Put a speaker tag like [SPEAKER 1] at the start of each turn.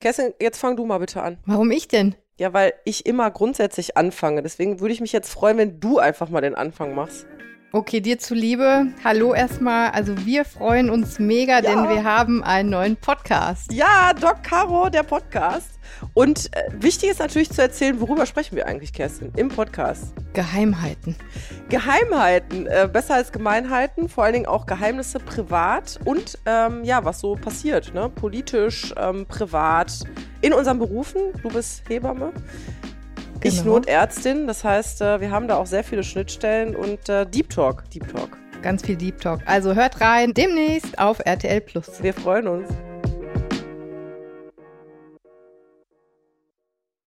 [SPEAKER 1] Kerstin, jetzt fang du mal bitte an.
[SPEAKER 2] Warum ich denn?
[SPEAKER 1] Ja, weil ich immer grundsätzlich anfange. Deswegen würde ich mich jetzt freuen, wenn du einfach mal den Anfang machst.
[SPEAKER 2] Okay, dir zuliebe. Hallo erstmal. Also wir freuen uns mega, denn wir haben einen neuen Podcast.
[SPEAKER 1] Ja, Doc Caro, der Podcast. Und äh, wichtig ist natürlich zu erzählen, worüber sprechen wir eigentlich, Kerstin, im Podcast?
[SPEAKER 2] Geheimheiten.
[SPEAKER 1] Geheimheiten, äh, besser als Gemeinheiten, vor allen Dingen auch Geheimnisse privat und ähm, ja, was so passiert, ne? Politisch, ähm, privat, in unseren Berufen. Du bist Hebamme. Ich
[SPEAKER 2] Genau.
[SPEAKER 1] Notärztin, das heißt, äh, wir haben da auch sehr viele Schnittstellen und äh, Deep Talk, Deep Talk.
[SPEAKER 2] Ganz viel Deep Talk. Also hört rein demnächst auf RTL Plus.
[SPEAKER 1] Wir freuen uns.